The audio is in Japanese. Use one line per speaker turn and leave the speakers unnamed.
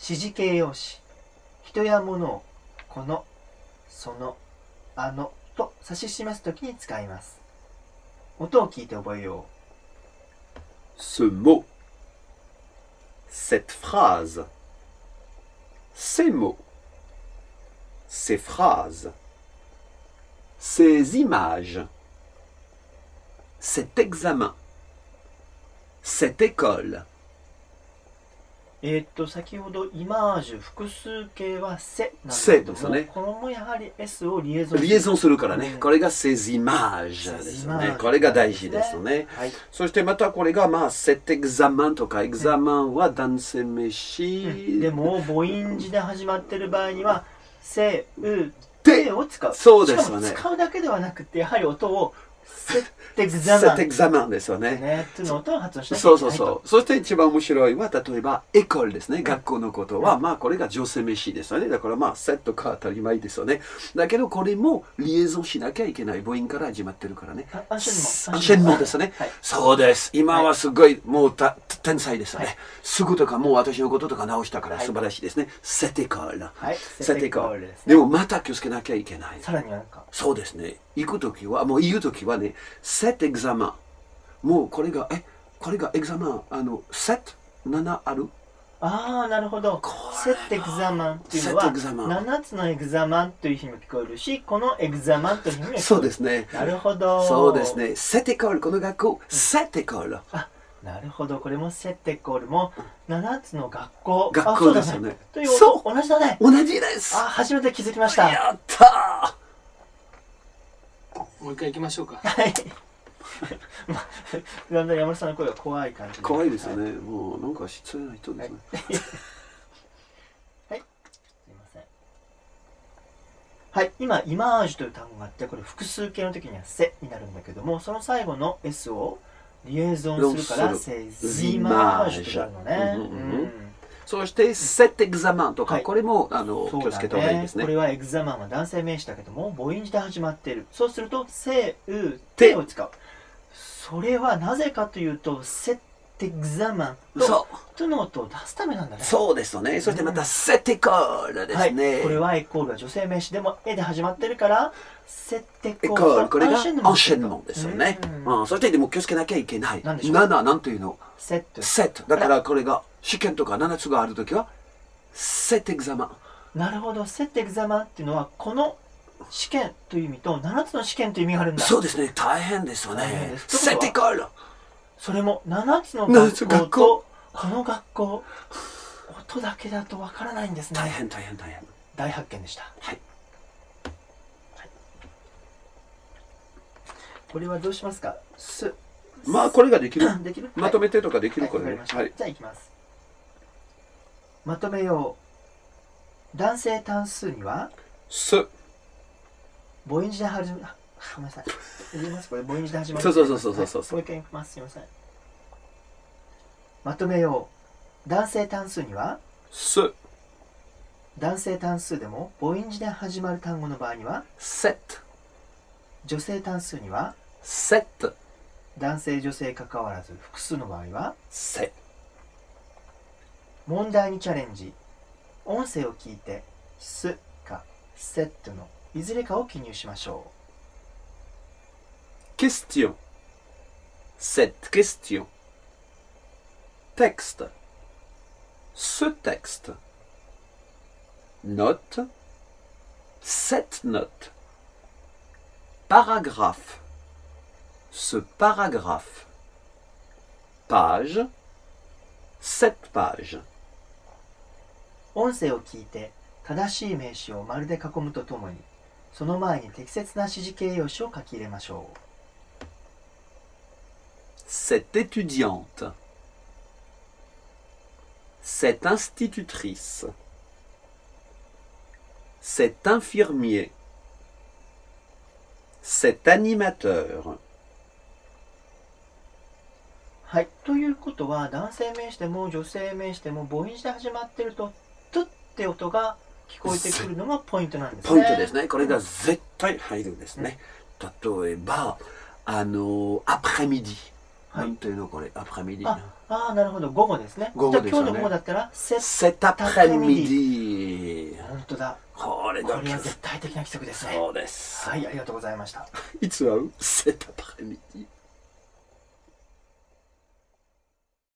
指示形容詞人や物をこのそのあのと指し示すときに使います音を聞いて覚えよ
ce mot, cette phrase, ces mots, ces phrases, ces images, cet examen, cette école,
うえーっと先ほどイマージュ複数形は「せ」なんですけ
せ
ど
で
も
すね
このもやはり「S」をリエゾン
liaison するからね、
うん
これがces images
ces
ですよね
images
これが大事ですよね。
はい
そしてまたこれが、まあ、cet examen とか、examen は男性名詞
でも母音字で始まってる場合には「せ」「う」「
で
て」を使う
そうですよね
しかも使うだけではなくてやはり音を「せ」ってグザマ
cet
ン
examen ですよね。
ねっていうのを音を発音しなきゃいけない
そ
う
そうそう。そして一番面白いは、例えば、エコールですね。学校のことは、まあ、これが女性名詞ですよね。だから、まあ、セットか当たり前ですよね。だけど、これも、リエゾンしなきゃいけない。母音から始まってるからね。
あアンシェンモン
アンシェンモンですね
はい。
そうです。今はすごい、もうた、天才ですよね。すぐとか、もう私のこととか直したから、
はい
素晴らしいですね。セテコール。
はい
セ
セ
テコ
テコ
ー
ール
ル
です。ね
でも、また気をつけなきゃいけない。
さらにはなんか
そうですね。行くときは、もう言うときはね、set エグザマン。もうこれが、え、これがエグザマン、あの、set、7ある
ああなるほど
こ
セ
れ
ットエグザマンっていうのは
セットエグザマン
7つのエグザマンという日も聞こえるしこのエグザマンという日も聞こえる
そうですね。
なるほど
そうですね。set エコール、この学校、set エコール。
あなるほどこれもセットイコールも7つの学校
学校
あそうだ
ですよね
という
そう
音同じだね
同じです
あ初めて気づきました
やった
もう一回行きましょうか。
はい。 まあだんだん山田さんの声が怖い感じ
ー
で
怖いですよね。もう、なんか失礼な人ですね。
すいませんはい今イマージュという単語があってこれ複数形の時には「せ」になるんだけどもその最後の「s」をリエゾンするから「
ロンす
せ」「
る
ジマージュ」となるのね、
うんうんうんそして、set エグザマンとか、
はい
これも、あの、気
そ
を
う
つ
だ
けた方がいい
ね
です
こ
ね。
れはエグザマンは男性名詞だけども母音字で始まっているそうすると「せ」「う」「
て
て」を使うそれはなぜかというと「せ」ってエグザマンと
そう。
「と」の音を出すためなんだね
そうですよね。そしてまた、set エコールですね。
はい、これはイコールは女性名詞でも「え」で始まってるから「せ」って
エ
こ
コ
う
ール、これが
アンシェン
アンシェンモンですよね。
うん
うん、そしてでも気をつけなきゃいけない。
なんでしょう
7なんていうの
「せ」って
セット。だからこれが試験とか7つがあるときは、セットエグザマン。
なるほど「せ」ってエグザマンっていうのはこの試験という意味と7つの試験という意味があるんだ
そうですね、大変ですよ
大変
ね
で。す
セットエコール。
それも7つの
七つ
学校
の学
と
校
この学校音だけだとわからないんです
大
ね
変大変大変。
大発見でした
はい
これはどうしますか「す」
まあこれができる。
できる
まとめてとかできる
はい
こ
わか
れ
り
ね
ま。した
はい。
じゃあいきますまとめよう男性単数には
す。
母音字で始まあごめんなさい言いますこれ母音字で始まる
そうそうそうそうそうそう
はいもう一回言いますすいませんまとめよう男性単数には
す。
男性単数でも母音字で始まる単語の場合には
セット。
女性単数には
セット。
男性女性関わらず複数の場合は
セ。
問題にチャレンジ音声を聞いて「す」か「セット」のいずれかを記入しましょ
Question. Cette question. Texte. Ce texte. Note. Cette note. Paragraphe. Ce paragraphe. Page. Cette page.
う音声を聞いて正しい名詞を丸で囲むとともにその前に適切な指示形容詞を書き入れましょ
Cette étudiante. Cette institutrice. Cet infirmier. Cet animateur.
うはいということは男性名詞でも女性名詞でも母音字で始まってると「トゥ」って音が聞こえてくるのがポイントなんですね
ポイントですね。これが絶対入るんですね。例えば、あの、après-midi。
はい
なんていうのこれ、après-midi
あああなるほど午後ですね
午後ですよね
じゃあ今日の午後だったらセッ
Cet après-midi
本当だ
これ
こ
だ
れ
け
は絶対的な規則ですね
そうです
はいありがとうございました
いつ会う Cet après-midi